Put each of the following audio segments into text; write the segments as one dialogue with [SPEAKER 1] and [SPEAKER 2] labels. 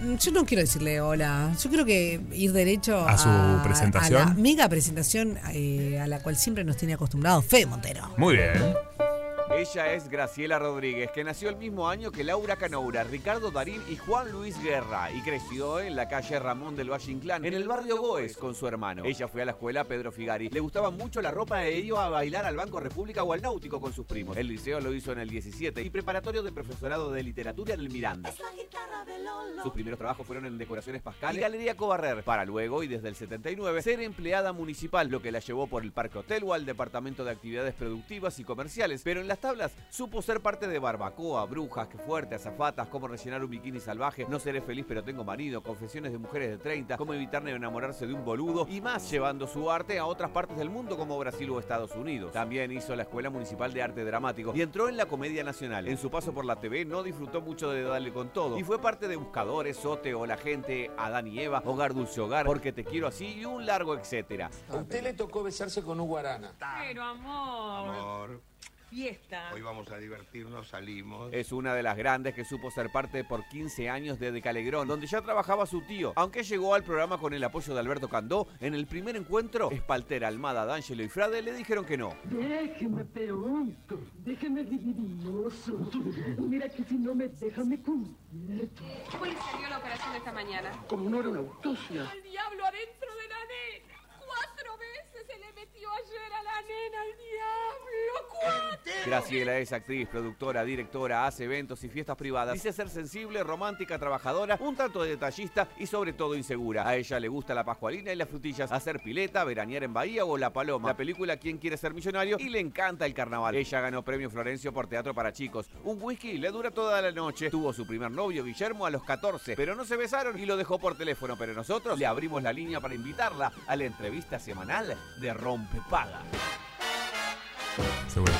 [SPEAKER 1] Mm, yo no quiero decirle hola. Yo creo que ir derecho
[SPEAKER 2] A su presentación.
[SPEAKER 1] a la mega presentación eh, a la cual siempre nos tiene acostumbrados Fede Montero.
[SPEAKER 2] Muy bien.
[SPEAKER 3] Ella es Graciela Rodríguez, que nació el mismo año que Laura Canoura, Ricardo Darín y Juan Luis Guerra, y creció en la calle Ramón del Valle Inclán, en el barrio Goes, con su hermano. Ella fue a la escuela Pedro Figari, le gustaba mucho la ropa e iba a bailar al Banco República o al Náutico con sus primos. El liceo lo hizo en el 17 y preparatorio de profesorado de literatura en el Miranda. Sus primeros trabajos fueron en decoraciones pascales y Galería Cobarrer, para luego y desde el 79 ser empleada municipal, lo que la llevó por el Parque Hotel o al Departamento de Actividades Productivas y Comerciales. Pero en las tablas supo ser parte de barbacoa, brujas, que fuerte, azafatas, cómo rellenar un bikini salvaje, no seré feliz pero tengo marido, confesiones de mujeres de 30, cómo evitar enamorarse de un boludo y más llevando su arte a otras partes del mundo como Brasil o Estados Unidos. También hizo la Escuela Municipal de Arte Dramático y entró en la Comedia Nacional. En su paso por la TV no disfrutó mucho de Dale con Todo y fue parte de Buscadores, Sote o La Gente, Adán y Eva, Hogar Dulce Hogar, Porque Te Quiero Así y un largo etcétera.
[SPEAKER 4] A usted le tocó besarse con Hugo Arana.
[SPEAKER 5] Pero amor,
[SPEAKER 6] Amor,
[SPEAKER 5] fiesta.
[SPEAKER 6] hoy vamos a divertirnos, salimos.
[SPEAKER 3] Es una de las grandes que supo ser parte por 15 años de Decalegrón, donde ya trabajaba su tío. Aunque llegó al programa con el apoyo de Alberto Candó, en el primer encuentro, Espalter, Almada, D'Angelo y Frade le dijeron que no.
[SPEAKER 7] Déjeme, peonto, déjeme divinoso. Mira que si no me deja, me convierto.
[SPEAKER 5] ¿Cómo le salió la operación de esta mañana?
[SPEAKER 7] Como no era una autopsia.
[SPEAKER 5] El diablo adentro de la nena. Cuatro veces se le metió ayer a la nena el diablo. Cuatro.
[SPEAKER 3] Graciela es actriz, productora, directora, hace eventos y fiestas privadas. Dice ser sensible, romántica, trabajadora, un tanto detallista y sobre todo insegura. A ella le gusta la pascualina y las frutillas, hacer pileta, veranear en Bahía o La Paloma. La película Quién quiere ser millonario y le encanta el carnaval. Ella ganó premio Florencio por teatro para chicos. Un whisky le dura toda la noche. Tuvo su primer novio Guillermo a los 14, pero no se besaron y lo dejó por teléfono. Pero nosotros le abrimos la línea para invitarla a la entrevista semanal de Rompepaga.
[SPEAKER 2] Seguro.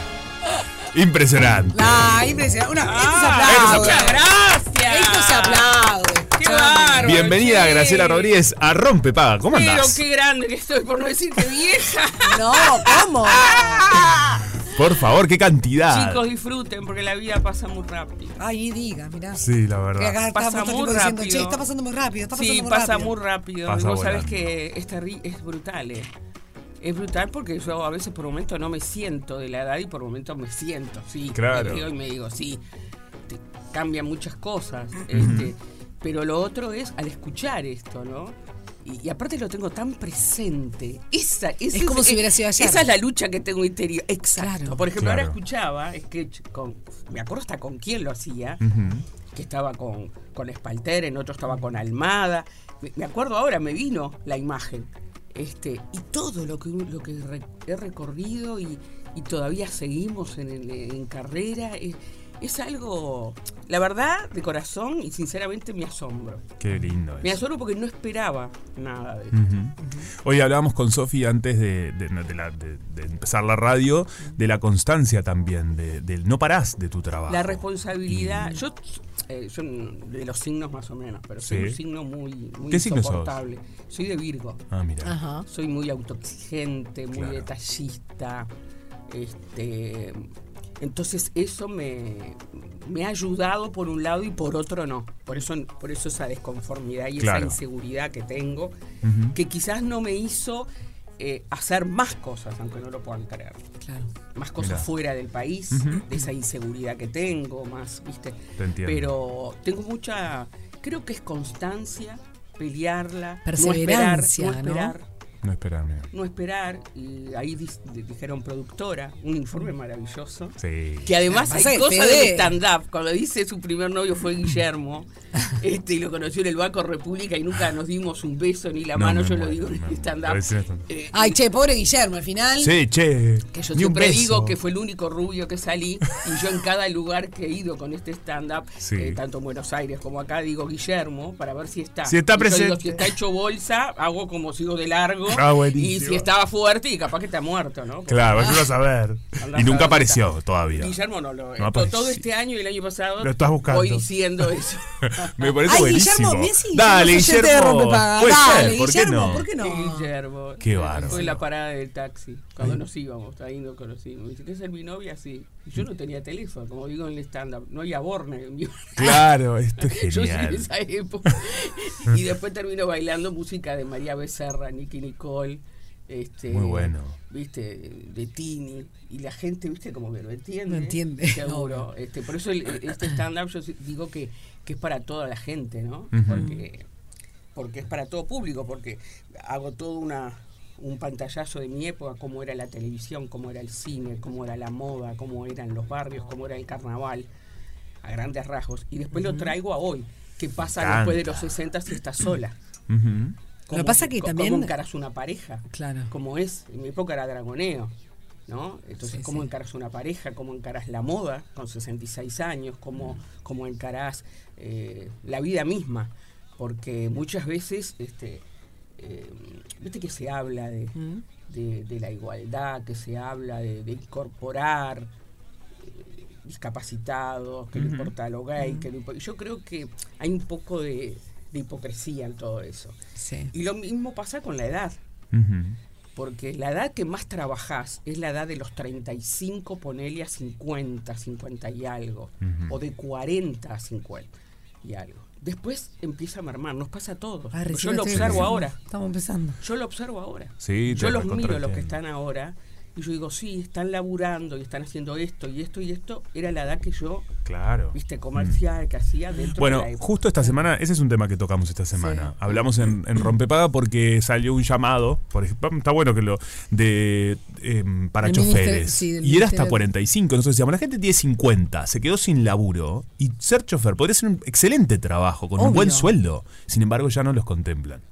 [SPEAKER 2] Impresionante.
[SPEAKER 1] La impresionante. Una,
[SPEAKER 8] Ah,
[SPEAKER 1] esto se aplaude.
[SPEAKER 8] gracias.
[SPEAKER 1] Esto se aplaude.
[SPEAKER 8] Qué
[SPEAKER 1] Chami.
[SPEAKER 8] bárbaro.
[SPEAKER 2] Bienvenida
[SPEAKER 8] sí.
[SPEAKER 2] Graciela Rodríguez a Rompe Paga. ¿Cómo
[SPEAKER 8] Pero
[SPEAKER 2] andás?
[SPEAKER 8] qué grande que estoy, por no decirte vieja.
[SPEAKER 1] No, ¿cómo?
[SPEAKER 8] Ah.
[SPEAKER 2] Por favor, qué cantidad.
[SPEAKER 8] Chicos, disfruten porque la vida pasa muy rápido.
[SPEAKER 1] Ay, diga, mirá.
[SPEAKER 2] Sí, la
[SPEAKER 1] Que acá
[SPEAKER 2] verdad.
[SPEAKER 1] estamos
[SPEAKER 8] Pasa
[SPEAKER 1] todo el
[SPEAKER 8] muy
[SPEAKER 1] tiempo diciendo,
[SPEAKER 8] rápido.
[SPEAKER 1] che, está pasando muy rápido, está pasando
[SPEAKER 8] sí,
[SPEAKER 1] muy
[SPEAKER 8] pasa
[SPEAKER 1] rápido.
[SPEAKER 8] muy rápido.
[SPEAKER 2] Pasa
[SPEAKER 8] y vos sabés
[SPEAKER 2] volando.
[SPEAKER 8] que es, terri- es brutal, eh. Es brutal porque yo a veces por momentos no me siento de la edad y por momentos me siento, sí.
[SPEAKER 2] Claro.
[SPEAKER 8] Me creo y me digo, sí, te cambian muchas cosas. este, pero lo otro es al escuchar esto, ¿no? Y, y aparte lo tengo tan presente. Esa, ese e,
[SPEAKER 1] Es como si hubiera sido ayer.
[SPEAKER 8] Esa es la lucha que tengo interior. Exacto.
[SPEAKER 1] Claro.
[SPEAKER 8] Por ejemplo, ahora
[SPEAKER 2] Claro.
[SPEAKER 8] escuchaba sketch con. Me acuerdo hasta con quién lo hacía
[SPEAKER 2] Ujú.
[SPEAKER 8] que estaba con, con Spalter, en otro estaba con Almada. Me, me acuerdo ahora, me vino la imagen. Este, y todo lo que, lo que re- he recorrido y, y todavía seguimos en, en- en carrera. Es, es algo, la verdad, de corazón y sinceramente me asombro.
[SPEAKER 2] Qué lindo
[SPEAKER 8] Me
[SPEAKER 2] es.
[SPEAKER 8] asombro porque no esperaba nada de esto.
[SPEAKER 2] Ujú. Hoy hablábamos con Sofi antes de, de- de la- de- de empezar la radio, de la constancia también, de- del no parás de tu trabajo.
[SPEAKER 8] La responsabilidad, yo, eh, yo de los signos más o menos, pero soy
[SPEAKER 2] Sí.
[SPEAKER 8] un signo muy, muy
[SPEAKER 2] ¿Qué signo sos?
[SPEAKER 8] insoportable. Soy de Virgo.
[SPEAKER 2] Ah, mira.
[SPEAKER 1] Ajá.
[SPEAKER 8] soy muy autoexigente, muy
[SPEAKER 2] Claro.
[SPEAKER 8] detallista. Este, entonces eso me, me ha ayudado por un lado y por otro no. Por eso, por eso esa desconformidad y
[SPEAKER 2] Claro.
[SPEAKER 8] esa inseguridad que tengo,
[SPEAKER 2] Ujú.
[SPEAKER 8] que quizás no me hizo eh, hacer más cosas, aunque no lo puedan creer.
[SPEAKER 1] Claro.
[SPEAKER 8] Más cosas
[SPEAKER 2] Mirá.
[SPEAKER 8] fuera del país, de esa inseguridad que tengo, más, ¿viste?
[SPEAKER 2] Te entiendo.
[SPEAKER 8] Pero tengo mucha, creo que es constancia, pelearla, no esperar,
[SPEAKER 1] Perseverancia, ¿no?
[SPEAKER 8] no esperar
[SPEAKER 2] No esperarme.
[SPEAKER 8] no esperar. Y ahí dis- di- dijeron productora, un informe maravilloso.
[SPEAKER 2] Sí.
[SPEAKER 8] Que además
[SPEAKER 1] Pasa
[SPEAKER 8] hay
[SPEAKER 1] que
[SPEAKER 8] cosas
[SPEAKER 1] Fede-
[SPEAKER 8] de stand-up. Cuando dice su primer novio fue Guillermo, este, y lo conoció en el Banco República y nunca nos dimos un beso ni la
[SPEAKER 2] No,
[SPEAKER 8] mano,
[SPEAKER 2] me
[SPEAKER 8] yo lo
[SPEAKER 2] muero,
[SPEAKER 8] digo en
[SPEAKER 2] me
[SPEAKER 8] el
[SPEAKER 2] muero.
[SPEAKER 8] stand-up.
[SPEAKER 2] Parece esto.
[SPEAKER 8] Eh,
[SPEAKER 1] Ay, che, pobre Guillermo, al final.
[SPEAKER 2] Sí, che.
[SPEAKER 8] que yo
[SPEAKER 2] ni un
[SPEAKER 8] siempre
[SPEAKER 2] beso.
[SPEAKER 8] digo que fue el único rubio que salí y yo en cada lugar que he ido con este stand-up,
[SPEAKER 2] Sí.
[SPEAKER 8] eh, tanto en Buenos Aires como acá, digo Guillermo para ver si está.
[SPEAKER 2] Si está
[SPEAKER 8] Y yo digo,
[SPEAKER 2] presente.
[SPEAKER 8] si está hecho bolsa, hago como sigo de largo
[SPEAKER 2] Ah,
[SPEAKER 8] y
[SPEAKER 2] buenísimo.
[SPEAKER 8] si estaba fuerte y capaz que está muerto, ¿no?
[SPEAKER 2] Claro, yo a saber.
[SPEAKER 8] Andá
[SPEAKER 2] Y
[SPEAKER 8] a
[SPEAKER 2] nunca
[SPEAKER 8] saber.
[SPEAKER 2] apareció todavía.
[SPEAKER 8] Guillermo no lo...
[SPEAKER 2] No
[SPEAKER 8] to-
[SPEAKER 2] apareció.
[SPEAKER 8] todo este año y el año pasado
[SPEAKER 2] Lo estás buscando.
[SPEAKER 8] voy diciendo eso.
[SPEAKER 2] Me parece
[SPEAKER 1] Ay,
[SPEAKER 2] buenísimo.
[SPEAKER 1] Guillermo, Messi.
[SPEAKER 2] Dale,
[SPEAKER 1] somos oyentes de
[SPEAKER 2] Guillermo.
[SPEAKER 1] Rompepaga.
[SPEAKER 2] Puede
[SPEAKER 1] Dale,
[SPEAKER 2] ser, ¿por qué
[SPEAKER 1] Guillermo,
[SPEAKER 2] no?
[SPEAKER 1] ¿por qué no?
[SPEAKER 8] Guillermo.
[SPEAKER 2] Qué bárbaro.
[SPEAKER 8] Fue la parada del taxi, cuando nos íbamos, ahí nos conocimos. Dice, ¿qué es mi novia? Sí. Yo no tenía teléfono, como digo en el stand-up. No había borna en mi
[SPEAKER 2] Claro, esto es
[SPEAKER 8] Yo soy de
[SPEAKER 2] genial.
[SPEAKER 8] esa época. y después termino bailando música de María Becerra, Nicky Nicole. Este,
[SPEAKER 2] Muy bueno.
[SPEAKER 8] Viste, de Tini. Y la gente, viste, como que lo entiende.
[SPEAKER 1] No entiende,
[SPEAKER 8] Seguro.
[SPEAKER 1] no.
[SPEAKER 8] Este, por eso el- este stand-up yo digo que, que es para toda la gente, ¿no?
[SPEAKER 2] Ujú.
[SPEAKER 8] Porque porque es para todo público, porque hago todo una, un pantallazo de mi época, cómo era la televisión, cómo era el cine, cómo era la moda, cómo eran los barrios, cómo era el carnaval, a grandes rasgos. Y después lo traigo a hoy, que pasa
[SPEAKER 2] Encanta.
[SPEAKER 8] después de los 60 si estás sola.
[SPEAKER 2] Ujú.
[SPEAKER 1] Lo que pasa que
[SPEAKER 8] co-
[SPEAKER 1] también-
[SPEAKER 8] ¿Cómo encaras una pareja?
[SPEAKER 1] Claro.
[SPEAKER 8] Como es, en mi época era dragoneo, ¿no? Entonces,
[SPEAKER 1] Sí,
[SPEAKER 8] ¿cómo
[SPEAKER 1] sí.
[SPEAKER 8] encaras una pareja? ¿Cómo encaras la moda con 66 años? ¿Cómo, cómo encarás eh, la vida misma? Porque muchas veces, este, eh, viste que se habla de,
[SPEAKER 1] Mm.
[SPEAKER 8] de- de la igualdad, que se habla de, de incorporar eh, discapacitados, que no importa lo gay,
[SPEAKER 1] Mm.
[SPEAKER 8] que no impo- Yo creo que hay un poco de- de hipocresía en todo eso.
[SPEAKER 1] Sí.
[SPEAKER 8] Y lo mismo pasa con la edad,
[SPEAKER 2] Ujú.
[SPEAKER 8] porque la edad que más trabajás es la edad de los 35, ponele a 50, 50 y algo,
[SPEAKER 2] Ujú.
[SPEAKER 8] o de 40 a 50 y algo. Después empieza a mermar, nos pasa a todos.
[SPEAKER 1] Ah,
[SPEAKER 8] Yo
[SPEAKER 1] recién
[SPEAKER 8] lo
[SPEAKER 1] estoy
[SPEAKER 8] observo
[SPEAKER 1] empezando.
[SPEAKER 8] ahora,
[SPEAKER 1] Estamos empezando.
[SPEAKER 8] yo lo observo ahora.
[SPEAKER 2] Sí, te
[SPEAKER 8] yo los miro, los
[SPEAKER 2] recontraentiendo.
[SPEAKER 8] que están ahora, y yo digo, sí, están laburando y están haciendo esto y esto y esto, era la edad que yo,
[SPEAKER 2] Claro.
[SPEAKER 8] viste, comercial, que hacía dentro de
[SPEAKER 2] Bueno,
[SPEAKER 8] la época.
[SPEAKER 2] justo esta semana, ese es un tema que tocamos esta semana.
[SPEAKER 1] Sí.
[SPEAKER 2] Hablamos en, en Rompepaga porque salió un llamado, por ejemplo, está bueno que lo, de em, para
[SPEAKER 1] Del
[SPEAKER 2] choferes.
[SPEAKER 1] ministerio- sí, del
[SPEAKER 2] y era hasta
[SPEAKER 1] ministerio.
[SPEAKER 2] 45, nosotros decíamos, la gente tiene 50, se quedó sin laburo y ser chofer podría ser un excelente trabajo, con un
[SPEAKER 1] Obvio.
[SPEAKER 2] buen sueldo. Sin embargo, ya no los contemplan.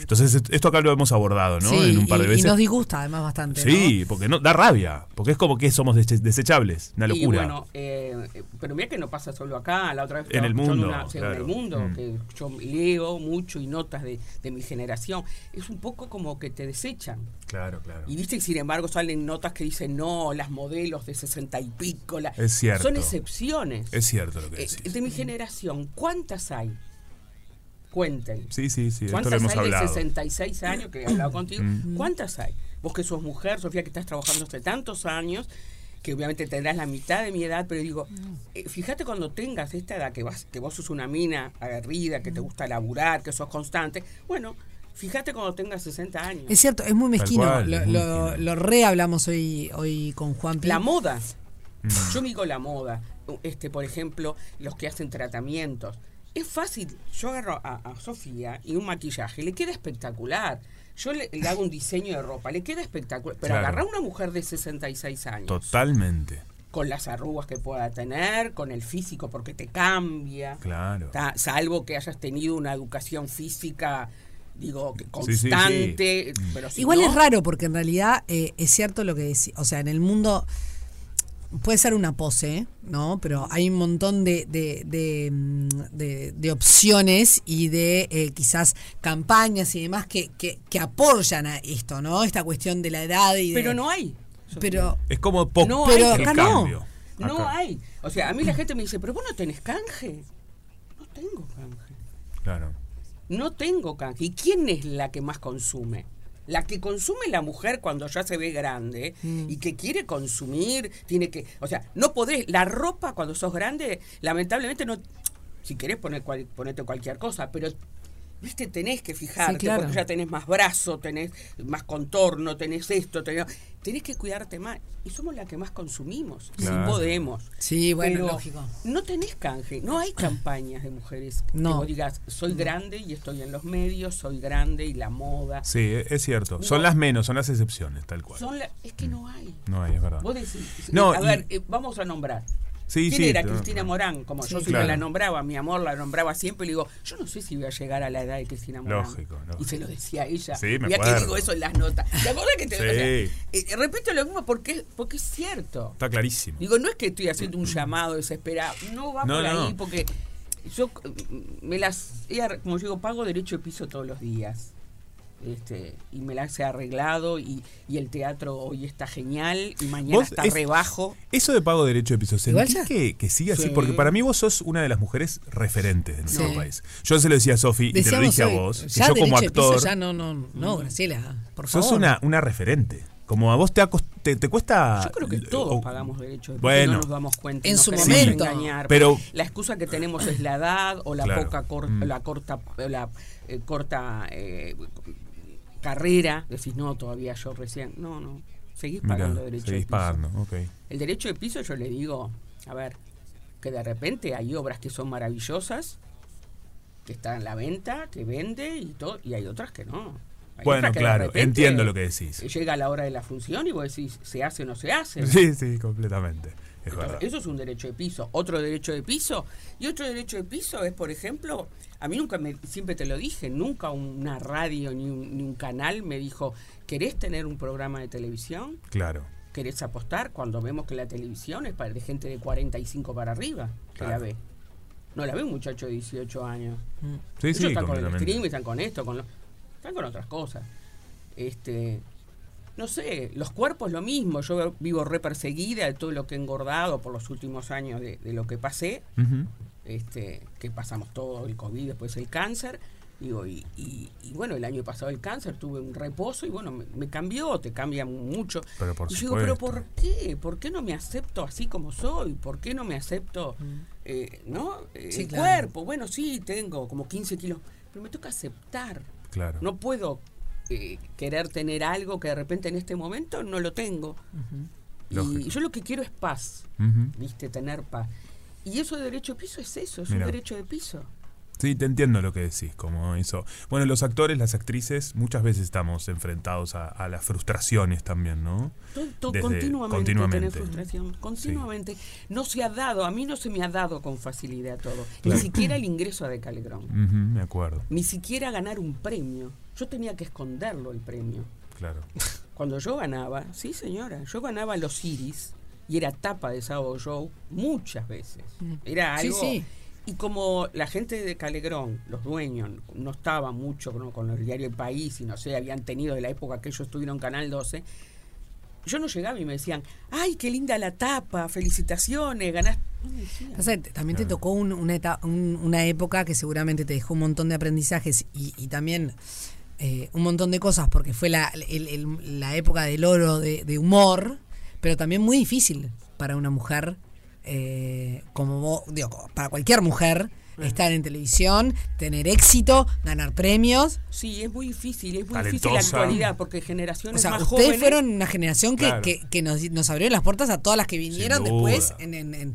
[SPEAKER 2] Entonces, est- esto acá lo hemos abordado, ¿no?
[SPEAKER 1] Sí,
[SPEAKER 2] en un par de
[SPEAKER 1] y,
[SPEAKER 2] veces.
[SPEAKER 1] y nos disgusta además bastante.
[SPEAKER 2] sí, porque no, da rabia, porque es como que somos deseche- desechables, una
[SPEAKER 8] Y
[SPEAKER 2] locura.
[SPEAKER 8] bueno, eh, eh, pero mira que no pasa solo acá, la otra vez
[SPEAKER 2] En
[SPEAKER 8] estaba
[SPEAKER 2] el
[SPEAKER 8] escuchando
[SPEAKER 2] mundo,
[SPEAKER 8] una- sí, en el
[SPEAKER 2] claro.
[SPEAKER 8] mundo,
[SPEAKER 2] Mm.
[SPEAKER 8] que yo leo mucho y notas de, de mi generación. Es un poco como que te desechan.
[SPEAKER 2] Claro, claro.
[SPEAKER 8] Y viste que sin embargo salen notas que dicen no, las modelos de sesenta y pico. la-".
[SPEAKER 2] Es cierto.
[SPEAKER 8] Son excepciones.
[SPEAKER 2] Es cierto lo que
[SPEAKER 8] Eh,
[SPEAKER 2] decís.
[SPEAKER 8] de mi generación, ¿cuántas hay? Cuenten.
[SPEAKER 2] Sí, sí, sí, esto
[SPEAKER 8] ¿Cuántas
[SPEAKER 2] lo hemos
[SPEAKER 8] hay
[SPEAKER 2] hablado. Mm.
[SPEAKER 8] de 66 años que he hablado contigo? Mm. ¿Cuántas hay? Vos que sos mujer, Sofía, que estás trabajando hace tantos años, que obviamente tendrás la mitad de mi edad, pero digo,
[SPEAKER 2] Mm.
[SPEAKER 8] eh, fíjate cuando tengas esta edad, que, vas, que vos sos una mina aguerrida,
[SPEAKER 2] Mm.
[SPEAKER 8] que te gusta laburar, que sos constante, bueno, fíjate cuando tengas 60 años.
[SPEAKER 1] Es cierto, es muy mezquino.
[SPEAKER 2] cual,
[SPEAKER 1] lo,
[SPEAKER 2] es muy
[SPEAKER 1] lo-
[SPEAKER 2] mezquino.
[SPEAKER 1] lo rehablamos hoy, hoy con Juan
[SPEAKER 8] La moda.
[SPEAKER 2] Mm.
[SPEAKER 8] Yo me digo la moda. Este, por ejemplo, los que hacen tratamientos. Es fácil. Yo agarro a, a Sofía y un maquillaje. Le queda espectacular. Yo le, le hago un diseño de ropa. Le queda espectacular. Pero
[SPEAKER 2] Claro.
[SPEAKER 8] agarrar a una mujer de 66 años.
[SPEAKER 2] Totalmente,
[SPEAKER 8] Con las arrugas que pueda tener, con el físico, porque te cambia.
[SPEAKER 2] claro.
[SPEAKER 8] Ta- salvo que hayas tenido una educación física, digo, que
[SPEAKER 2] Sí, sí, sí.
[SPEAKER 8] constante. pero si
[SPEAKER 1] Igual
[SPEAKER 8] no-
[SPEAKER 1] es raro porque en realidad eh, es cierto lo que decís. O sea, en el mundo puede ser una pose, ¿no? Pero hay un montón de, de, de, mm, de- de opciones y de eh, quizás campañas y demás que, que, que apoyan a esto, ¿no? Esta cuestión de la edad y de...
[SPEAKER 8] Pero no hay. Sofía.
[SPEAKER 1] Pero
[SPEAKER 2] Es como poco
[SPEAKER 8] No,
[SPEAKER 1] pero
[SPEAKER 2] el
[SPEAKER 1] acá no.
[SPEAKER 2] cambio.
[SPEAKER 8] No
[SPEAKER 2] Acá,
[SPEAKER 8] hay. O sea, a mí la gente me dice, pero vos no tenés canje. No tengo canje.
[SPEAKER 2] Claro.
[SPEAKER 8] No tengo canje. ¿Y quién es la que más consume? La que consume la mujer cuando ya se ve grande
[SPEAKER 1] Mm.
[SPEAKER 8] y que quiere consumir, tiene que. O sea, no podés. La ropa cuando sos grande, lamentablemente no. Si querés poner cual- ponete cualquier cosa, pero. Viste, tenés que fijarte,
[SPEAKER 1] claro.
[SPEAKER 8] porque ya tenés más brazo, tenés más contorno, tenés esto, tenés, tenés que cuidarte más. Y somos la que más consumimos,
[SPEAKER 2] Claro.
[SPEAKER 8] si podemos.
[SPEAKER 1] Sí, bueno,
[SPEAKER 8] Pero
[SPEAKER 1] lógico.
[SPEAKER 8] No tenés canje, no hay campañas de mujeres que
[SPEAKER 1] No.
[SPEAKER 8] vos digas, soy grande y estoy en los medios, soy grande y la moda.
[SPEAKER 2] Sí, e- es cierto. Son las menos, son las excepciones, tal cual.
[SPEAKER 8] Son la- es que no hay.
[SPEAKER 2] No hay, es verdad.
[SPEAKER 8] Vos decís,
[SPEAKER 2] No,
[SPEAKER 8] eh, a
[SPEAKER 2] y-
[SPEAKER 8] ver, eh, vamos a nombrar.
[SPEAKER 2] Sí,
[SPEAKER 8] ¿Quién
[SPEAKER 2] sí,
[SPEAKER 8] era
[SPEAKER 2] te-
[SPEAKER 8] Cristina Morán? Como yo
[SPEAKER 1] Sí,
[SPEAKER 8] siempre
[SPEAKER 2] claro.
[SPEAKER 8] la nombraba, mi amor la nombraba siempre, y le digo, yo no sé si voy a llegar a la edad de Cristina Morán.
[SPEAKER 2] Lógico, lógico.
[SPEAKER 8] Y se lo decía a ella.
[SPEAKER 2] Sí, me
[SPEAKER 8] Mirá
[SPEAKER 2] acuerdo.
[SPEAKER 8] que digo eso en las notas. ¿Te acordás que te
[SPEAKER 2] Sí.
[SPEAKER 8] o sea, eh, Repito lo mismo porque, porque es cierto.
[SPEAKER 2] Está clarísimo.
[SPEAKER 8] Digo, no es que estoy haciendo un llamado desesperado, no va
[SPEAKER 2] No,
[SPEAKER 8] por
[SPEAKER 2] no.
[SPEAKER 8] ahí porque yo mm, me las he ar- como yo digo, pago derecho de piso todos los días. Este, y me las he arreglado y, y el teatro hoy está genial y mañana
[SPEAKER 2] Vos
[SPEAKER 8] está
[SPEAKER 2] es-
[SPEAKER 8] rebajo.
[SPEAKER 2] Eso de pago de derecho de piso,
[SPEAKER 1] Igual
[SPEAKER 2] ¿sentís
[SPEAKER 1] ya-
[SPEAKER 2] que, que sigue así?
[SPEAKER 8] Sí.
[SPEAKER 2] Porque para mí vos sos una de las mujeres referentes de nuestro
[SPEAKER 1] Sí.
[SPEAKER 2] país. Yo se lo decía a Sofi y te lo
[SPEAKER 1] decíamos
[SPEAKER 2] dije
[SPEAKER 1] hoy,
[SPEAKER 2] a vos. que
[SPEAKER 1] ya
[SPEAKER 2] yo como
[SPEAKER 1] derecho de piso,
[SPEAKER 2] actor Mm.
[SPEAKER 1] ya no, no, no, Graciela, ah, por favor.
[SPEAKER 2] sos una, una referente. Como a vos te ha cost- ¿Te, te cuesta?
[SPEAKER 8] Yo creo que
[SPEAKER 2] l-
[SPEAKER 8] todos
[SPEAKER 2] o-
[SPEAKER 8] pagamos derechos de
[SPEAKER 2] Bueno.
[SPEAKER 8] no nos damos cuenta. y
[SPEAKER 1] En
[SPEAKER 8] nos
[SPEAKER 1] su
[SPEAKER 8] queremos
[SPEAKER 1] momento.
[SPEAKER 8] engañar.
[SPEAKER 2] Pero-
[SPEAKER 8] la excusa que tenemos es la edad o la
[SPEAKER 2] Claro.
[SPEAKER 8] poca cor-
[SPEAKER 2] Mm.
[SPEAKER 8] la corta la eh, corta eh, carrera. Decís, no, todavía yo recién. No, no. Seguís
[SPEAKER 2] Mirá,
[SPEAKER 8] pagando derechos de
[SPEAKER 2] seguís
[SPEAKER 8] piso.
[SPEAKER 2] pagando, ok.
[SPEAKER 8] El derecho de piso yo le digo, a ver, que de repente hay obras que son maravillosas, que están en la venta, que vende y todo, y hay otras que no. Hay
[SPEAKER 2] Bueno,
[SPEAKER 8] otras que de
[SPEAKER 2] claro,
[SPEAKER 8] repente eh,
[SPEAKER 2] entiendo lo que decís.
[SPEAKER 8] Llega la hora de la función y vos decís, ¿se hace o no se hace?
[SPEAKER 2] Sí, sí, completamente. Es verdad.
[SPEAKER 8] Eso es un derecho de piso. Otro derecho de piso. Y otro derecho de piso es, por ejemplo, a mí nunca, me, siempre te lo dije, nunca una radio ni un, ni un canal me dijo, ¿querés tener un programa de televisión?
[SPEAKER 2] Claro.
[SPEAKER 8] ¿Querés apostar cuando vemos que la televisión es para de gente de 45 para arriba que la
[SPEAKER 2] Claro.
[SPEAKER 8] ve? No la ve un muchacho de 18 años.
[SPEAKER 2] Sí,
[SPEAKER 8] Ellos
[SPEAKER 2] sí,
[SPEAKER 8] están con el stream,
[SPEAKER 2] completamente.
[SPEAKER 8] están con esto, con lo- están con otras cosas. Este, no sé, los cuerpos lo mismo. Yo vivo re perseguida de todo lo que he engordado por los últimos años de, de lo que pasé,
[SPEAKER 2] Ujú.
[SPEAKER 8] este, que pasamos todo, el COVID, después el cáncer. Digo, y, y- y bueno, el año pasado el cáncer, tuve un reposo y bueno, me, me cambió, te cambia mucho.
[SPEAKER 2] Pero por
[SPEAKER 8] y yo digo, pero ¿por
[SPEAKER 2] supuesto.
[SPEAKER 8] qué? ¿Por qué no me acepto así como soy? ¿Por qué no me acepto, eh, no? Eh,
[SPEAKER 1] Mm. Sí,
[SPEAKER 8] el
[SPEAKER 1] claro.
[SPEAKER 8] cuerpo, bueno, sí, tengo como 15 kilos, pero me toca aceptar.
[SPEAKER 2] Claro.
[SPEAKER 8] No puedo eh, querer tener algo que de repente en este momento no lo tengo. Y
[SPEAKER 2] Lógico. Mm.
[SPEAKER 8] yo lo que quiero es paz,
[SPEAKER 2] Ujú.
[SPEAKER 8] ¿viste? Tener paz. Y eso de derecho de piso es eso, es
[SPEAKER 2] Mirá.
[SPEAKER 8] un derecho de piso.
[SPEAKER 2] Sí, te entiendo lo que decís, como eso. Bueno, los actores, las actrices, muchas veces estamos enfrentados a, a las frustraciones también, ¿no?
[SPEAKER 8] To- to-
[SPEAKER 2] Desde-
[SPEAKER 8] continuamente,
[SPEAKER 2] continuamente.
[SPEAKER 8] tener frustración, continuamente. No se ha dado, a mí no se me ha dado con facilidad todo.
[SPEAKER 2] Claro.
[SPEAKER 8] Ni siquiera el ingreso a Decalegrón.
[SPEAKER 2] Ujú, me acuerdo,
[SPEAKER 8] Ni siquiera ganar un premio. Yo tenía que esconderlo el premio.
[SPEAKER 2] claro.
[SPEAKER 8] Cuando yo ganaba, sí señora, yo ganaba los iris y era tapa de Sábado Show muchas veces. Era
[SPEAKER 1] Mm. Sí,
[SPEAKER 8] algo...
[SPEAKER 1] sí.
[SPEAKER 8] Y como la gente de Calegrón, los dueños, no estaban mucho ¿no? con el diario El País y no sé, habían tenido de la época que ellos tuvieron Canal 12, yo no llegaba y me decían, ay, qué linda la tapa, felicitaciones, ganaste... No me decían.
[SPEAKER 1] Pasa que también
[SPEAKER 2] Ah.
[SPEAKER 1] te tocó un- una, eta- un- una época que seguramente te dejó un montón de aprendizajes y, y también eh, un montón de cosas, porque fue la, el- el- la época del oro de, de humor, pero también muy difícil para una mujer, eh, como vos, digo, como para cualquier mujer, estar en televisión, tener éxito, ganar premios.
[SPEAKER 8] Sí, es muy difícil, es muy difícil la
[SPEAKER 2] Talentosa.
[SPEAKER 8] actualidad porque
[SPEAKER 1] O
[SPEAKER 8] generaciones
[SPEAKER 1] sea,
[SPEAKER 8] más
[SPEAKER 1] ustedes
[SPEAKER 8] jóvenes...
[SPEAKER 1] fueron una generación que,
[SPEAKER 2] Claro.
[SPEAKER 1] que- que nos, nos abrió las puertas a todas las que vinieron
[SPEAKER 2] duda.
[SPEAKER 1] después en, en- en- en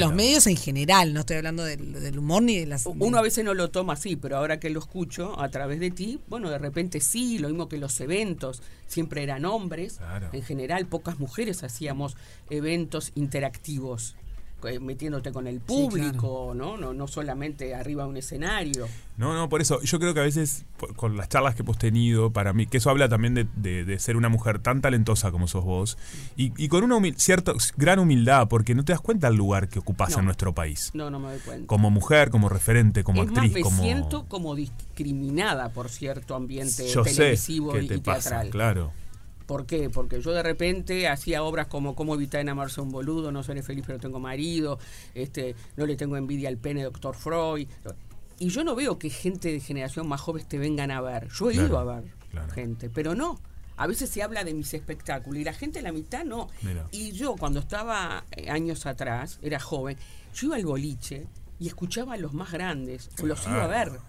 [SPEAKER 1] los
[SPEAKER 2] Completamente.
[SPEAKER 1] medios en general. No estoy hablando del, del humor ni de las.
[SPEAKER 8] Uno a veces no lo toma así, pero ahora que lo escucho a través de ti, bueno, de repente sí, lo mismo que los eventos, siempre eran hombres,
[SPEAKER 2] Claro.
[SPEAKER 8] en general pocas mujeres hacíamos eventos interactivos, eh, metiéndote con el público, ¿no? ¿no? No solamente arriba de un escenario.
[SPEAKER 2] No, no, por eso. Yo creo que a veces, por- con las charlas que hemos tenido, para mí, que eso habla también de, de- de ser una mujer tan talentosa como sos vos, y, y con una humil- cierta gran humildad, porque no te das cuenta del lugar que ocupás
[SPEAKER 8] No.
[SPEAKER 2] en nuestro país.
[SPEAKER 8] No, no me doy cuenta.
[SPEAKER 2] Como mujer, como referente, como
[SPEAKER 8] es
[SPEAKER 2] actriz,
[SPEAKER 8] más, me
[SPEAKER 2] como.
[SPEAKER 8] siento como discriminada por cierto ambiente
[SPEAKER 2] yo sé
[SPEAKER 8] televisivo
[SPEAKER 2] que
[SPEAKER 8] y,
[SPEAKER 2] te
[SPEAKER 8] y
[SPEAKER 2] pasa,
[SPEAKER 8] teatral.
[SPEAKER 2] claro.
[SPEAKER 8] ¿Por qué? Porque yo de repente hacía obras como Cómo evitar enamarse a un boludo, No seré feliz pero tengo marido, este, No le tengo envidia al pene, doctor Freud. Y yo no veo que gente de generación más joven te vengan a ver. Yo he
[SPEAKER 2] Claro,
[SPEAKER 8] ido a ver
[SPEAKER 2] claro.
[SPEAKER 8] gente, pero no. A veces se habla de mis espectáculos y la gente la mitad no.
[SPEAKER 2] Mira.
[SPEAKER 8] Y yo cuando estaba eh, años atrás, era joven, yo iba al boliche y escuchaba a los más grandes, o los iba a
[SPEAKER 2] Claro.
[SPEAKER 8] ver.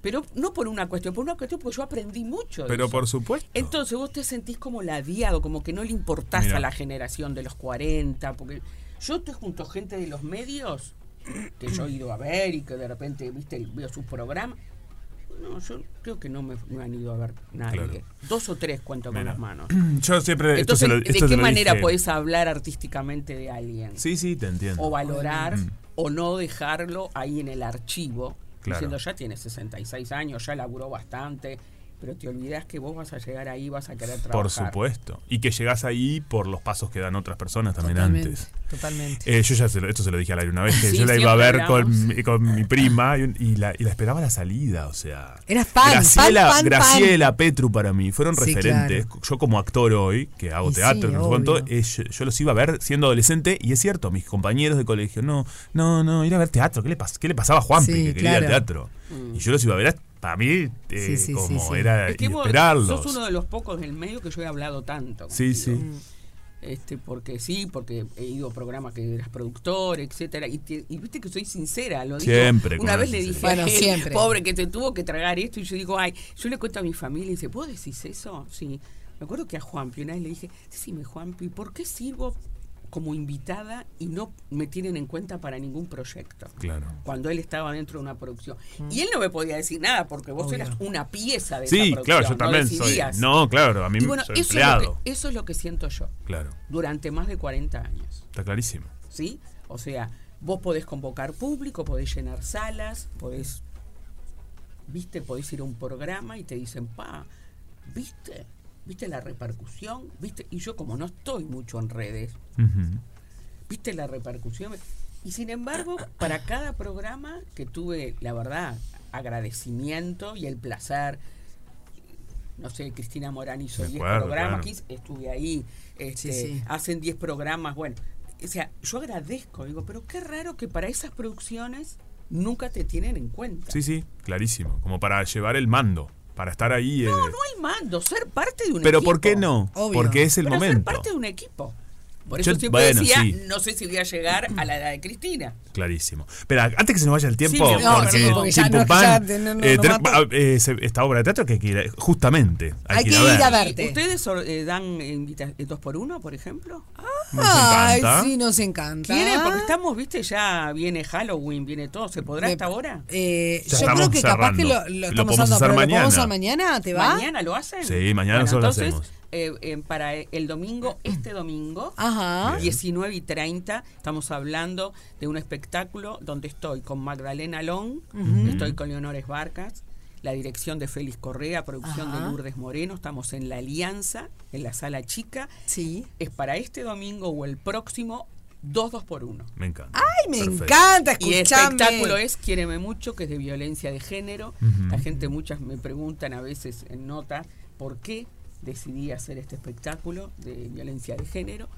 [SPEAKER 8] Pero no por una cuestión, por una cuestión porque yo aprendí mucho. de
[SPEAKER 2] Pero
[SPEAKER 8] eso.
[SPEAKER 2] por supuesto.
[SPEAKER 8] Entonces vos te sentís como ladeado, como que no le importás
[SPEAKER 2] Mirá.
[SPEAKER 8] a la generación de los 40, porque yo estoy junto a gente de los medios que yo he ido a ver y que de repente, viste, veo sus programas. No, yo creo que no me, me han ido a ver nadie.
[SPEAKER 2] Claro.
[SPEAKER 8] Dos o tres cuento con
[SPEAKER 2] Mira.
[SPEAKER 8] las manos.
[SPEAKER 2] Mm, Yo siempre. esto se
[SPEAKER 8] Entonces,
[SPEAKER 2] lo- esto
[SPEAKER 8] ¿de
[SPEAKER 2] se
[SPEAKER 8] qué
[SPEAKER 2] lo
[SPEAKER 8] manera
[SPEAKER 2] dije.
[SPEAKER 8] podés hablar artísticamente de alguien?
[SPEAKER 2] Sí, sí, te entiendo.
[SPEAKER 8] O valorar o no dejarlo ahí en el archivo,
[SPEAKER 2] Claro.
[SPEAKER 8] diciendo ya tienes 66 años, ya laburó bastante, pero te olvidás que vos vas a llegar ahí, vas a querer trabajar.
[SPEAKER 2] Por supuesto. Y que llegás ahí por los pasos que dan otras personas también
[SPEAKER 1] Totalmente,
[SPEAKER 2] antes.
[SPEAKER 1] Totalmente.
[SPEAKER 2] Eh, yo ya se lo- esto se lo dije al aire una vez, que
[SPEAKER 8] Sí,
[SPEAKER 2] yo la iba a
[SPEAKER 8] siempre
[SPEAKER 2] ver con,
[SPEAKER 8] hablamos.
[SPEAKER 2] mi- con mi prima y, un- y la, y la esperaba a la salida, o sea.
[SPEAKER 1] Eras fan,
[SPEAKER 2] Graciela,
[SPEAKER 1] fan, fan,
[SPEAKER 2] Graciela Petru para mí, fueron
[SPEAKER 1] Sí,
[SPEAKER 2] referentes. Yo como actor hoy, que hago
[SPEAKER 1] Y
[SPEAKER 2] teatro,
[SPEAKER 1] sí,
[SPEAKER 2] no sé cuánto,
[SPEAKER 1] obvio.
[SPEAKER 2] eh, yo, yo los iba a ver siendo adolescente y es cierto, mis compañeros de colegio, no, no, no, ir a ver teatro, ¿qué le, pas- qué le pasaba a Juanpi
[SPEAKER 1] Sí,
[SPEAKER 2] que quería ir al
[SPEAKER 1] claro.
[SPEAKER 2] teatro? Y yo los iba a ver, a- para mí, eh,
[SPEAKER 1] Sí, sí, sí,
[SPEAKER 2] como
[SPEAKER 1] sí.
[SPEAKER 2] era
[SPEAKER 8] Mm. Es que vos
[SPEAKER 2] esperarlos.
[SPEAKER 8] sos uno de los pocos del medio que yo he hablado tanto.
[SPEAKER 2] Sí, sí.
[SPEAKER 8] contigo. este, porque sí, porque he ido a programas que eras productor, etcétera, y, te- y viste que soy sincera, lo digo.
[SPEAKER 2] Siempre,
[SPEAKER 8] Una
[SPEAKER 2] claro,
[SPEAKER 8] vez le dije,
[SPEAKER 2] sincera.
[SPEAKER 1] Bueno, siempre.
[SPEAKER 8] pobre, que te tuvo que tragar esto, y yo digo, ay, yo le cuento a mi familia y dice, ¿vos decís eso? Sí. Me acuerdo que a Juanpi una vez le dije, decime Juanpi, ¿por qué sirvo como invitada y no me tienen en cuenta para ningún proyecto?
[SPEAKER 2] Claro.
[SPEAKER 8] Cuando él estaba dentro de una producción. Y él no me podía decir nada porque vos
[SPEAKER 1] Mm. Obvio.
[SPEAKER 8] eras una pieza de esa
[SPEAKER 2] Sí,
[SPEAKER 8] producción.
[SPEAKER 2] claro, yo
[SPEAKER 8] no
[SPEAKER 2] también soy.
[SPEAKER 8] decidías.
[SPEAKER 2] No, claro, a mí
[SPEAKER 8] Y bueno,
[SPEAKER 2] soy
[SPEAKER 8] eso es, lo
[SPEAKER 2] empleado.
[SPEAKER 8] que, eso es lo que siento yo
[SPEAKER 2] Claro,
[SPEAKER 8] durante más de 40 años,
[SPEAKER 2] está clarísimo.
[SPEAKER 8] ¿sí? O sea, vos podés convocar público, podés llenar salas, podés, viste, podés ir a un programa y te dicen, pa, viste, viste la repercusión, viste, y yo como no estoy mucho en redes,
[SPEAKER 2] Ujú.
[SPEAKER 8] viste la repercusión. Y sin embargo, para cada programa que tuve, la verdad, agradecimiento y el placer, no sé, Cristina Morán hizo
[SPEAKER 2] De
[SPEAKER 8] 10
[SPEAKER 2] acuerdo,
[SPEAKER 8] programas,
[SPEAKER 2] claro.
[SPEAKER 8] que estuve ahí, este,
[SPEAKER 1] sí.
[SPEAKER 8] hacen 10 programas, bueno, o sea, yo agradezco, digo, pero qué raro que para esas producciones nunca te tienen en cuenta.
[SPEAKER 2] Sí, sí, clarísimo. Como para llevar el mando, para estar ahí. eh,
[SPEAKER 8] No, no hay mando, ser parte de un
[SPEAKER 2] pero
[SPEAKER 8] equipo.
[SPEAKER 2] ¿por qué no?
[SPEAKER 1] Obvio.
[SPEAKER 2] Porque es el
[SPEAKER 8] Pero ser
[SPEAKER 2] momento.
[SPEAKER 8] parte de un equipo. Por
[SPEAKER 2] Yo-
[SPEAKER 8] eso siempre
[SPEAKER 2] bueno,
[SPEAKER 8] decía,
[SPEAKER 2] sí.
[SPEAKER 8] no sé si voy a llegar a la edad de Cristina.
[SPEAKER 2] Clarísimo. Pero antes que se nos vaya el tiempo,
[SPEAKER 8] Sí, no,
[SPEAKER 2] porque,
[SPEAKER 8] sí, porque
[SPEAKER 1] ya
[SPEAKER 2] Tim
[SPEAKER 1] no,
[SPEAKER 2] Pum Pam,
[SPEAKER 1] ya te- no, no,
[SPEAKER 2] eh,
[SPEAKER 1] no
[SPEAKER 2] tra-
[SPEAKER 1] mato.
[SPEAKER 2] ah, eh, se- esta obra de teatro que hay que ir, a- justamente.
[SPEAKER 1] Hay que ir a ver. Parte.
[SPEAKER 8] ¿Ustedes or- eh, dan eh, invita- eh, dos por uno, por ejemplo?
[SPEAKER 1] Ah,
[SPEAKER 2] Nos encanta.
[SPEAKER 1] Ay, sí, nos encanta.
[SPEAKER 8] ¿Quieren? Porque estamos, viste, ya viene Halloween, viene todo. ¿Se podrá
[SPEAKER 1] Me-
[SPEAKER 8] hasta ahora?
[SPEAKER 1] Eh,
[SPEAKER 2] Ya
[SPEAKER 1] yo
[SPEAKER 2] estamos
[SPEAKER 1] creo que capaz
[SPEAKER 2] cerrando.
[SPEAKER 1] que lo,
[SPEAKER 2] Lo
[SPEAKER 1] lo estamos
[SPEAKER 2] podemos
[SPEAKER 1] dando,
[SPEAKER 2] hacer
[SPEAKER 1] pero lo
[SPEAKER 2] mañana.
[SPEAKER 1] podemos hacer mañana, ¿te va?
[SPEAKER 8] ¿Mañana lo hacen?
[SPEAKER 2] Sí, mañana nosotros lo
[SPEAKER 8] entonces,
[SPEAKER 2] hacemos.
[SPEAKER 8] eh, eh, para el domingo, este domingo,
[SPEAKER 1] Ajá.
[SPEAKER 2] Bien.
[SPEAKER 8] 19 y 30, estamos hablando de un espectáculo donde estoy con Magdalena Long, estoy con Leonores Barcas, la dirección de Félix Correa, producción
[SPEAKER 1] Ajá.
[SPEAKER 8] de Lourdes Moreno, estamos en La Alianza, en la Sala Chica.
[SPEAKER 1] Sí.
[SPEAKER 8] Es para este domingo o el próximo, dos dos por uno.
[SPEAKER 2] Me encanta.
[SPEAKER 1] Ay, me
[SPEAKER 2] Perfecto.
[SPEAKER 1] encanta,
[SPEAKER 8] Y el
[SPEAKER 1] escuchame.
[SPEAKER 8] espectáculo es Quiéreme Mucho, que es de violencia de género. La gente, muchas me preguntan a veces en nota por qué decidí hacer este espectáculo de violencia de género.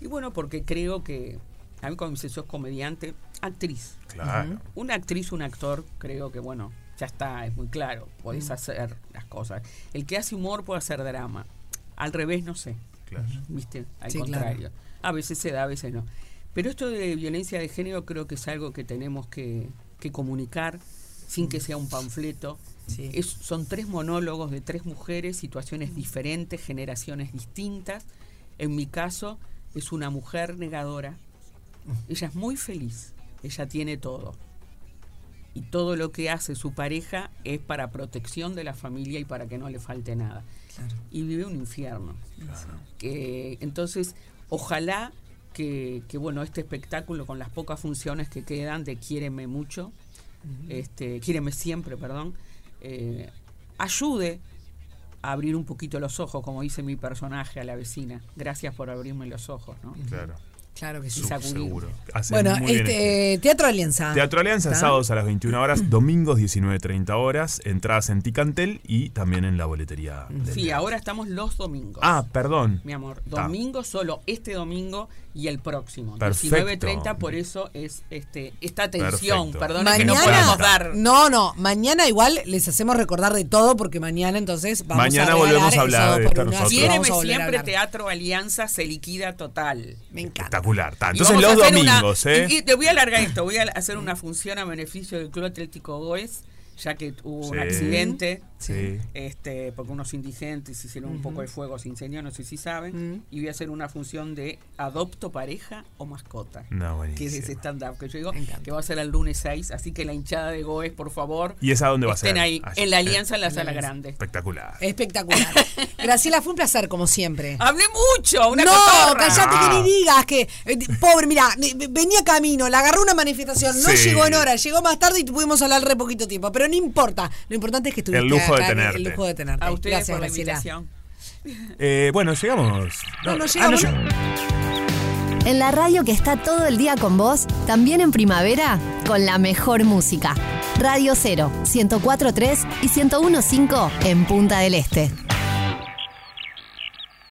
[SPEAKER 8] Y bueno, porque creo que, a mí cuando me dice, sos comediante, actriz.
[SPEAKER 2] Claro.
[SPEAKER 8] Una actriz, un actor, creo que bueno, ya está, es muy claro, podés hacer las cosas. El que hace humor puede hacer drama. Al revés, no sé.
[SPEAKER 2] Claro.
[SPEAKER 8] ¿viste? Al
[SPEAKER 1] Sí,
[SPEAKER 8] contrario. A veces se da, a veces no. Pero esto de violencia de género creo que es algo que tenemos que, que comunicar sin que sea un panfleto.
[SPEAKER 1] Sí.
[SPEAKER 8] Es- son tres monólogos de tres mujeres, situaciones diferentes, generaciones distintas. En mi caso es una mujer negadora. Ella es muy feliz, ella tiene todo. Y todo lo que hace su pareja es para protección de la familia y para que no le falte nada. Y vive un infierno que entonces ojalá que, que, bueno este espectáculo con las pocas funciones que quedan de quiéreme mucho este quiéreme siempre perdón eh, ayude a abrir un poquito los ojos como dice mi personaje a la vecina gracias por abrirme los ojos ¿no?
[SPEAKER 2] Claro.
[SPEAKER 1] Claro que sí.
[SPEAKER 8] Exacto. sacudir.
[SPEAKER 2] Seguro. Hacen
[SPEAKER 1] Bueno,
[SPEAKER 2] muy bien esto.
[SPEAKER 1] este, Teatro Alianza.
[SPEAKER 2] Teatro Alianza,
[SPEAKER 1] ¿Está?
[SPEAKER 2] sábados a las 21 horas, domingos 19.30 horas, entradas en Ticantel y también en la boletería. del
[SPEAKER 8] sí
[SPEAKER 2] teatro.
[SPEAKER 8] ahora estamos los domingos
[SPEAKER 2] Ah, perdón.
[SPEAKER 8] mi amor
[SPEAKER 2] Ta.
[SPEAKER 8] domingo solo este domingo y el próximo
[SPEAKER 2] Perfecto.
[SPEAKER 8] 19.30 por eso es este esta tensión
[SPEAKER 2] Perfecto.
[SPEAKER 8] perdón que
[SPEAKER 1] Mañana,
[SPEAKER 8] no
[SPEAKER 2] Me
[SPEAKER 8] podemos dar
[SPEAKER 1] no, no, mañana igual les hacemos recordar de todo porque mañana entonces vamos
[SPEAKER 2] Mañana
[SPEAKER 1] a regalar
[SPEAKER 2] volvemos a
[SPEAKER 1] el
[SPEAKER 2] hablar
[SPEAKER 1] sábado
[SPEAKER 2] de
[SPEAKER 1] por
[SPEAKER 2] esto
[SPEAKER 1] una,
[SPEAKER 2] nosotros.
[SPEAKER 1] así que
[SPEAKER 8] Quiéreme
[SPEAKER 1] vamos a volver a
[SPEAKER 8] siempre
[SPEAKER 1] hablar.
[SPEAKER 8] Teatro Alianza se liquida total.
[SPEAKER 1] Me encanta.
[SPEAKER 2] Espectacular. Ta,
[SPEAKER 8] Y
[SPEAKER 2] Ah, Entonces
[SPEAKER 8] vamos a
[SPEAKER 2] los
[SPEAKER 8] hacer una-
[SPEAKER 2] domingos, ¿eh?
[SPEAKER 8] Y, y te voy a alargar esto, voy a hacer una función a beneficio del Club Atlético Goes, ya que hubo
[SPEAKER 2] Sí.
[SPEAKER 8] un accidente,
[SPEAKER 2] Sí.
[SPEAKER 8] este, porque unos indigentes hicieron un poco de fuego, se incendió, no sé si
[SPEAKER 1] Mm.
[SPEAKER 8] saben, y voy a hacer una función de adopto pareja o mascota.
[SPEAKER 2] No,
[SPEAKER 8] que es ese
[SPEAKER 2] buenísimo.
[SPEAKER 8] stand-up que yo digo,
[SPEAKER 1] Me encanta.
[SPEAKER 8] que va a ser el lunes 6, así que la hinchada de Goes, por favor,
[SPEAKER 2] ¿Y esa dónde va a ser? Ah,
[SPEAKER 8] estén ahí,
[SPEAKER 2] Allá.
[SPEAKER 8] en la Alianza, en la Sala Grande.
[SPEAKER 2] Espectacular.
[SPEAKER 8] Eh.
[SPEAKER 1] Espectacular. Graciela, fue un placer como siempre.
[SPEAKER 8] Hablé mucho, Ah, una
[SPEAKER 1] no,
[SPEAKER 8] cotorra.
[SPEAKER 1] callate que
[SPEAKER 2] Ah.
[SPEAKER 1] ni digas que. eh, di- Pobre, mira, venía camino, la agarró una manifestación, no
[SPEAKER 2] Sí.
[SPEAKER 1] llegó en hora, llegó más tarde y pudimos hablar re poquito tiempo. Pero no importa, lo importante es que estuviste
[SPEAKER 2] El lujo de
[SPEAKER 1] acá,
[SPEAKER 2] tenerte.
[SPEAKER 1] El lujo de tenerte.
[SPEAKER 8] A ustedes
[SPEAKER 1] Gracias,
[SPEAKER 8] por la
[SPEAKER 1] Graciela.
[SPEAKER 8] invitación.
[SPEAKER 2] Eh, bueno, llegamos.
[SPEAKER 1] No, no
[SPEAKER 2] ah,
[SPEAKER 1] llegamos.
[SPEAKER 2] llegamos.
[SPEAKER 9] En la radio que está todo el día con vos, también en primavera, con la mejor música. Radio 0, 104.3 y 101.5 en Punta del Este.